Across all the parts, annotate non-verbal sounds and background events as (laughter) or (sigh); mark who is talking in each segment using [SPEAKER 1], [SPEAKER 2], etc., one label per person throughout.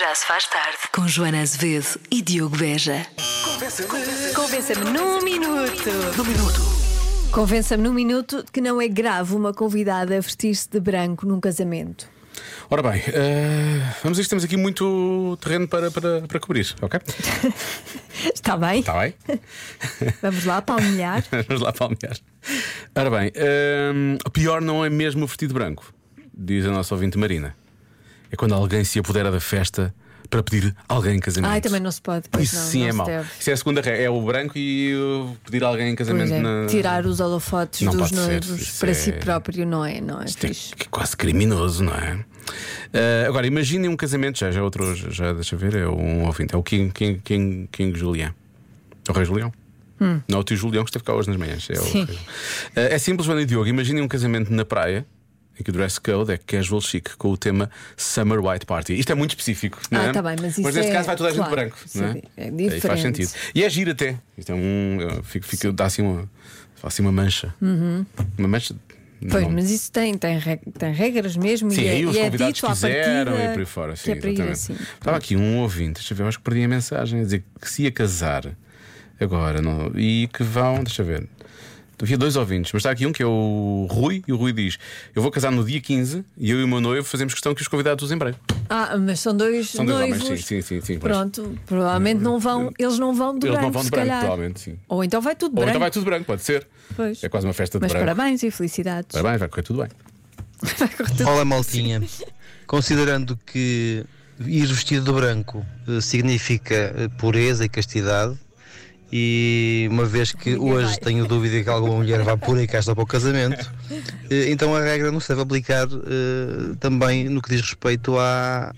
[SPEAKER 1] Já se faz tarde com Joana Azevedo e Diogo Beja.
[SPEAKER 2] Convença-me num minuto.
[SPEAKER 3] No minuto.
[SPEAKER 2] Convença-me num minuto que não é grave uma convidada a vestir-se de branco num casamento.
[SPEAKER 3] Ora bem, eh, vamos a isto. Temos aqui muito terreno para, para, para cobrir, ok?
[SPEAKER 2] Está bem?
[SPEAKER 3] Está bem?
[SPEAKER 2] Vamos lá palmilhar.
[SPEAKER 3] (laughs) Vamos lá palmear. Ora bem, ehm, o pior não é mesmo o vestido branco, diz a nossa ouvinte Marina. É quando alguém se apodera da festa para pedir alguém em casamento.
[SPEAKER 2] Ai, também não se pode. pois
[SPEAKER 3] Isso
[SPEAKER 2] não,
[SPEAKER 3] sim
[SPEAKER 2] não
[SPEAKER 3] é
[SPEAKER 2] se
[SPEAKER 3] mau.
[SPEAKER 2] deve.
[SPEAKER 3] Isso é a segunda regra. É o branco e o pedir alguém em
[SPEAKER 2] Pois
[SPEAKER 3] casamento.
[SPEAKER 2] é,
[SPEAKER 3] na-
[SPEAKER 2] Tirar os holofotes
[SPEAKER 3] Não
[SPEAKER 2] dos
[SPEAKER 3] pode ser,
[SPEAKER 2] noivos
[SPEAKER 3] isso
[SPEAKER 2] para
[SPEAKER 3] é-
[SPEAKER 2] si próprio não é, não é fixe.
[SPEAKER 3] Que é quase criminoso, não é? Ah, agora, imaginem um casamento, já, já outro, já deixa eu ver, é um ouvinte, é o King, King, King, King Julián. É o Rei Julião. Não, é o tio Julião que esteve cá hoje nas manhãs. É, o
[SPEAKER 2] Hum. Sim.
[SPEAKER 3] Rei. Ah, é simples, Joana e Diogo. Imaginem um casamento na praia. Em que o dress code é casual chic com o tema Summer White Party. Isto é muito específico, não
[SPEAKER 2] Ah,
[SPEAKER 3] é?
[SPEAKER 2] tá bem, mas isso
[SPEAKER 3] neste
[SPEAKER 2] é-
[SPEAKER 3] caso vai toda a gente
[SPEAKER 2] claro,
[SPEAKER 3] branco,
[SPEAKER 2] isso
[SPEAKER 3] não é?
[SPEAKER 2] é
[SPEAKER 3] Aí faz
[SPEAKER 2] diferente.
[SPEAKER 3] sentido. E é giro até. Isto é um. eu Fico, fico, dá assim uma, faz assim uma mancha. Uma mancha.
[SPEAKER 2] Uhum. Pois,
[SPEAKER 3] não-
[SPEAKER 2] mas isso tem, tem, reg- tem regras mesmo
[SPEAKER 3] Sim,
[SPEAKER 2] e, é,
[SPEAKER 3] aí os
[SPEAKER 2] e é
[SPEAKER 3] convidados
[SPEAKER 2] dito à
[SPEAKER 3] quiseram
[SPEAKER 2] partida
[SPEAKER 3] e por aí fora. Sim,
[SPEAKER 2] que é para ir
[SPEAKER 3] exatamente.
[SPEAKER 2] assim.
[SPEAKER 3] Estava aqui um ouvinte, deixa eu ver, eu acho que perdi a mensagem, a dizer que se ia casar agora não- e que vão, deixa eu ver. Havia dois ouvintes, mas está aqui um que é o Rui, e o Rui diz: Eu vou casar no dia 15 e eu e o meu noivo fazemos questão que os convidados usem branco.
[SPEAKER 2] Ah, mas são dois
[SPEAKER 3] São dois
[SPEAKER 2] noivos.
[SPEAKER 3] homens, sim, sim, sim. sim, mas
[SPEAKER 2] Pronto, provavelmente não vão, eles não vão de
[SPEAKER 3] Eles
[SPEAKER 2] branco,
[SPEAKER 3] não vão de
[SPEAKER 2] se
[SPEAKER 3] branco,
[SPEAKER 2] calhar.
[SPEAKER 3] provavelmente, sim.
[SPEAKER 2] Ou então vai tudo
[SPEAKER 3] Ou
[SPEAKER 2] branco.
[SPEAKER 3] então vai tudo branco, pode ser.
[SPEAKER 2] Pois.
[SPEAKER 3] É quase uma festa de
[SPEAKER 2] Mas
[SPEAKER 3] branco.
[SPEAKER 2] parabéns e felicidades.
[SPEAKER 3] Parabéns, vai correr tudo bem.
[SPEAKER 2] Vai correr tudo.
[SPEAKER 4] Olá, maltinha. Considerando que ir vestido de branco eh, significa eh, pureza e castidade, e uma vez que hoje tenho dúvida que alguma mulher vá pura e casta para o casamento, eh, então a regra não se deve aplicar eh, também no que diz respeito à-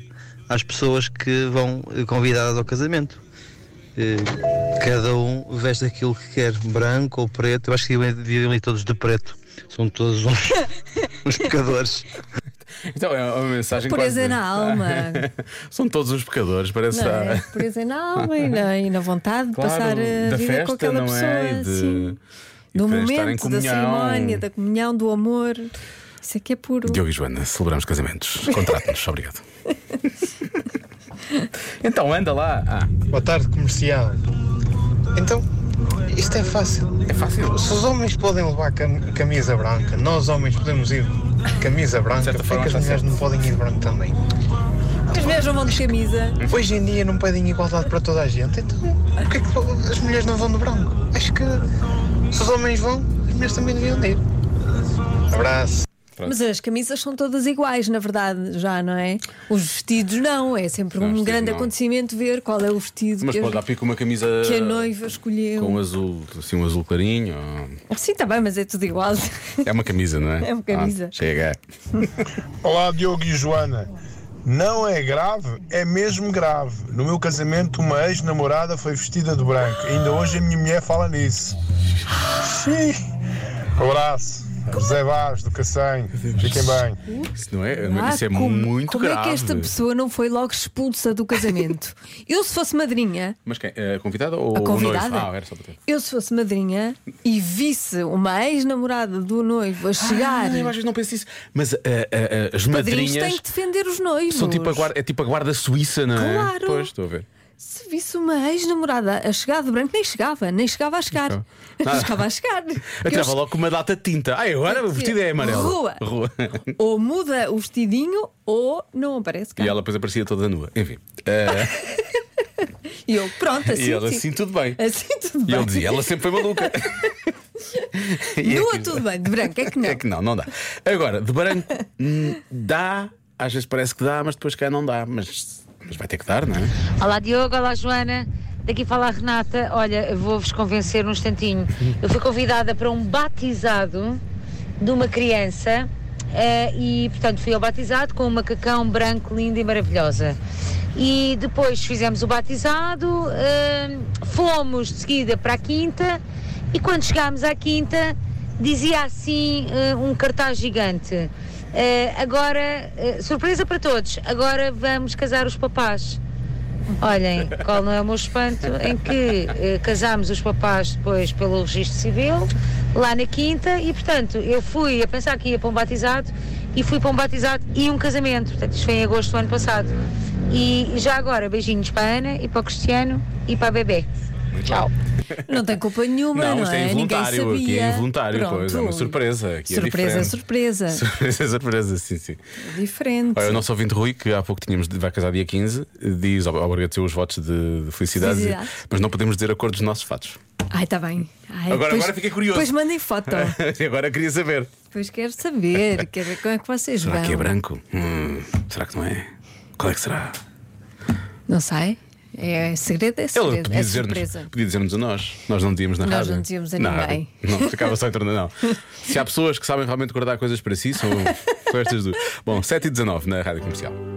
[SPEAKER 4] às pessoas que vão eh, convidadas ao casamento. Eh, Cada um veste aquilo que quer, branco ou preto. Eu acho que deviam ir todos de preto. São todos uns, uns pecadores.
[SPEAKER 3] Então é uma mensagem
[SPEAKER 2] Pureza
[SPEAKER 3] quase- (laughs)
[SPEAKER 2] na alma.
[SPEAKER 3] São todos os pecadores, parece.
[SPEAKER 2] Não é?
[SPEAKER 3] a-
[SPEAKER 2] Pureza na alma e na, e na vontade de
[SPEAKER 3] Claro,
[SPEAKER 2] passar eh, a
[SPEAKER 3] da
[SPEAKER 2] vida
[SPEAKER 3] festa,
[SPEAKER 2] com aquela
[SPEAKER 3] não
[SPEAKER 2] pessoa.
[SPEAKER 3] é? E de-
[SPEAKER 2] sim.
[SPEAKER 3] e
[SPEAKER 2] Do
[SPEAKER 3] de estar em
[SPEAKER 2] momento, da
[SPEAKER 3] comunhão.
[SPEAKER 2] cerimónia, da comunhão, do amor. Isso é que é puro.
[SPEAKER 3] Diogo e Joana, celebramos casamentos. Contrate-nos, obrigado. (laughs) então anda lá. Ah,
[SPEAKER 5] Boa tarde, comercial. Então, isto é fácil.
[SPEAKER 3] é fácil.
[SPEAKER 5] Se os homens podem levar cam- camisa branca, nós homens podemos ir de camisa branca,
[SPEAKER 3] certa
[SPEAKER 5] porque
[SPEAKER 3] forma
[SPEAKER 5] é que as
[SPEAKER 3] está
[SPEAKER 5] mulheres não podem ir de branco também?
[SPEAKER 2] As mulheres não vão de camisa.
[SPEAKER 5] Hoje em dia não pedem igualdade para toda a gente, então porquê que as mulheres não vão de branco? Acho que se os homens vão, as mulheres também deviam de ir. Abraço.
[SPEAKER 2] Mas as camisas são todas iguais, na verdade, já, não é? Os vestidos não. É sempre um
[SPEAKER 3] Não, vestido
[SPEAKER 2] grande
[SPEAKER 3] não.
[SPEAKER 2] acontecimento ver qual é o vestido
[SPEAKER 3] Mas
[SPEAKER 2] que,
[SPEAKER 3] pode dar pico uma camisa
[SPEAKER 2] que a noiva escolheu.
[SPEAKER 3] com azul, assim, um azul clarinho. ou-
[SPEAKER 2] Sim, está bem, mas é tudo igual.
[SPEAKER 3] É uma camisa, não é?
[SPEAKER 2] É uma camisa.
[SPEAKER 3] Ah, chega.
[SPEAKER 6] Olá, Diogo e Joana. Não é grave, é mesmo grave. No meu casamento, uma ex-namorada foi vestida de branco. Ainda hoje a minha mulher fala nisso. Sim. Abraço. José Vaz, do Cacém. Fiquem bem.
[SPEAKER 3] Isso, não é,
[SPEAKER 2] Ah,
[SPEAKER 3] isso é
[SPEAKER 2] como,
[SPEAKER 3] muito
[SPEAKER 2] como
[SPEAKER 3] grave.
[SPEAKER 2] é que esta pessoa não foi logo expulsa do
[SPEAKER 3] (laughs)
[SPEAKER 2] casamento? eu, se fosse madrinha,
[SPEAKER 3] Mas quem? A convidada ou
[SPEAKER 2] a
[SPEAKER 3] o
[SPEAKER 2] convidada,
[SPEAKER 3] noivo? Ah, era só para ter.
[SPEAKER 2] eu, se fosse madrinha e visse uma ex-namorada do noivo a chegar,
[SPEAKER 3] Ah, eu às vezes não penso isso. Mas ah, ah, ah,
[SPEAKER 2] padrinhos
[SPEAKER 3] as madrinhas
[SPEAKER 2] têm que defender os noivos.
[SPEAKER 3] são tipo a guarda, é tipo a guarda suíça, não é?
[SPEAKER 2] Claro.
[SPEAKER 3] Pois, estou a ver.
[SPEAKER 2] Se visse uma ex-namorada a chegar de branco, nem chegava, nem chegava a chegar.
[SPEAKER 3] Então,
[SPEAKER 2] (laughs)
[SPEAKER 3] Nada.
[SPEAKER 2] Nem chegava a chegar.
[SPEAKER 3] (laughs) Eu
[SPEAKER 2] Eu
[SPEAKER 3] estava logo com uma data de tinta. Ah, agora o vestido é amarelo.
[SPEAKER 2] Rua.
[SPEAKER 3] Rua. (laughs)
[SPEAKER 2] Ou muda o vestidinho ou não aparece cá.
[SPEAKER 3] E ela depois aparecia toda nua. Enfim. Eh,
[SPEAKER 2] E eu, pronto, assim.
[SPEAKER 3] (laughs) e ela
[SPEAKER 2] sim.
[SPEAKER 3] assim, tudo bem.
[SPEAKER 2] Assim tudo
[SPEAKER 3] E
[SPEAKER 2] bem.
[SPEAKER 3] ele dizia, ela sempre foi maluca. (laughs) E é
[SPEAKER 2] Nua
[SPEAKER 3] que-
[SPEAKER 2] tudo bem, de branco, é que não.
[SPEAKER 3] É que não, não dá. Agora, de branco hum, dá, às vezes parece que dá, mas depois cá não dá. Mas, mas vai ter que dar, não é? (laughs)
[SPEAKER 7] Olá Diogo, olá Joana. Daqui fala a Renata. Olha, eu vou-vos convencer num instantinho. Eu fui convidada para um batizado de uma criança eh, e, portanto, fui ao batizado com um macacão branco lindo e maravilhosa. E depois fizemos o batizado, eh, fomos de seguida para a quinta e quando chegámos à quinta dizia assim eh, um cartaz gigante. eh, agora, eh, surpresa para todos, agora vamos casar os papás. Olhem, qual não é o meu espanto em que eh, casámos os papás depois pelo registro civil, lá na quinta, e portanto eu fui a pensar que ia para um batizado e fui para um batizado e um casamento. Portanto, isto foi em agosto do ano passado. E já agora, beijinhos para a Ana e para o Cristiano e para a Bebê. Tchau.
[SPEAKER 2] Não tem culpa nenhuma, não,
[SPEAKER 3] isto é
[SPEAKER 2] é? Ninguém
[SPEAKER 3] involuntário,
[SPEAKER 2] sabia.
[SPEAKER 3] aqui é involuntário,
[SPEAKER 2] Pronto.
[SPEAKER 3] pois, é uma surpresa. Aqui
[SPEAKER 2] surpresa,
[SPEAKER 3] é diferente.
[SPEAKER 2] surpresa. É
[SPEAKER 3] Surpresa, é surpresa, sim, sim.
[SPEAKER 2] Diferente.
[SPEAKER 3] Olha, o nosso ouvinte Rui, que há pouco tínhamos, vai casar dia 15, diz, ob- agradeceu os votos de, de felicidade,
[SPEAKER 2] Felicidade.
[SPEAKER 3] mas não podemos dizer a cor dos nossos fatos. (laughs)
[SPEAKER 2] Ai, está bem. Ai,
[SPEAKER 3] Agora-
[SPEAKER 2] depois-
[SPEAKER 3] agora fiquei curioso. É.
[SPEAKER 2] Depois mandem foto.
[SPEAKER 3] Agora queria saber.
[SPEAKER 2] Depois quero saber. Quero ver como é que vocês
[SPEAKER 3] Será
[SPEAKER 2] vão.
[SPEAKER 3] que é branco? Hum, será que não é? Qual é que será?
[SPEAKER 2] Não sei. É segredo, é
[SPEAKER 3] Ele
[SPEAKER 2] segredo.
[SPEAKER 3] podia
[SPEAKER 2] é
[SPEAKER 3] dizer-nos
[SPEAKER 2] surpresa.
[SPEAKER 3] podia dizer-nos a nós. Nós não dizíamos na
[SPEAKER 2] Nós
[SPEAKER 3] rádio.
[SPEAKER 2] não dizíamos a
[SPEAKER 3] Na
[SPEAKER 2] ninguém.
[SPEAKER 3] rádio. Não, ficava só em torno, não. Se há pessoas que sabem realmente guardar coisas para si, são, são estas duas. Bom, 7 e 19 na rádio comercial.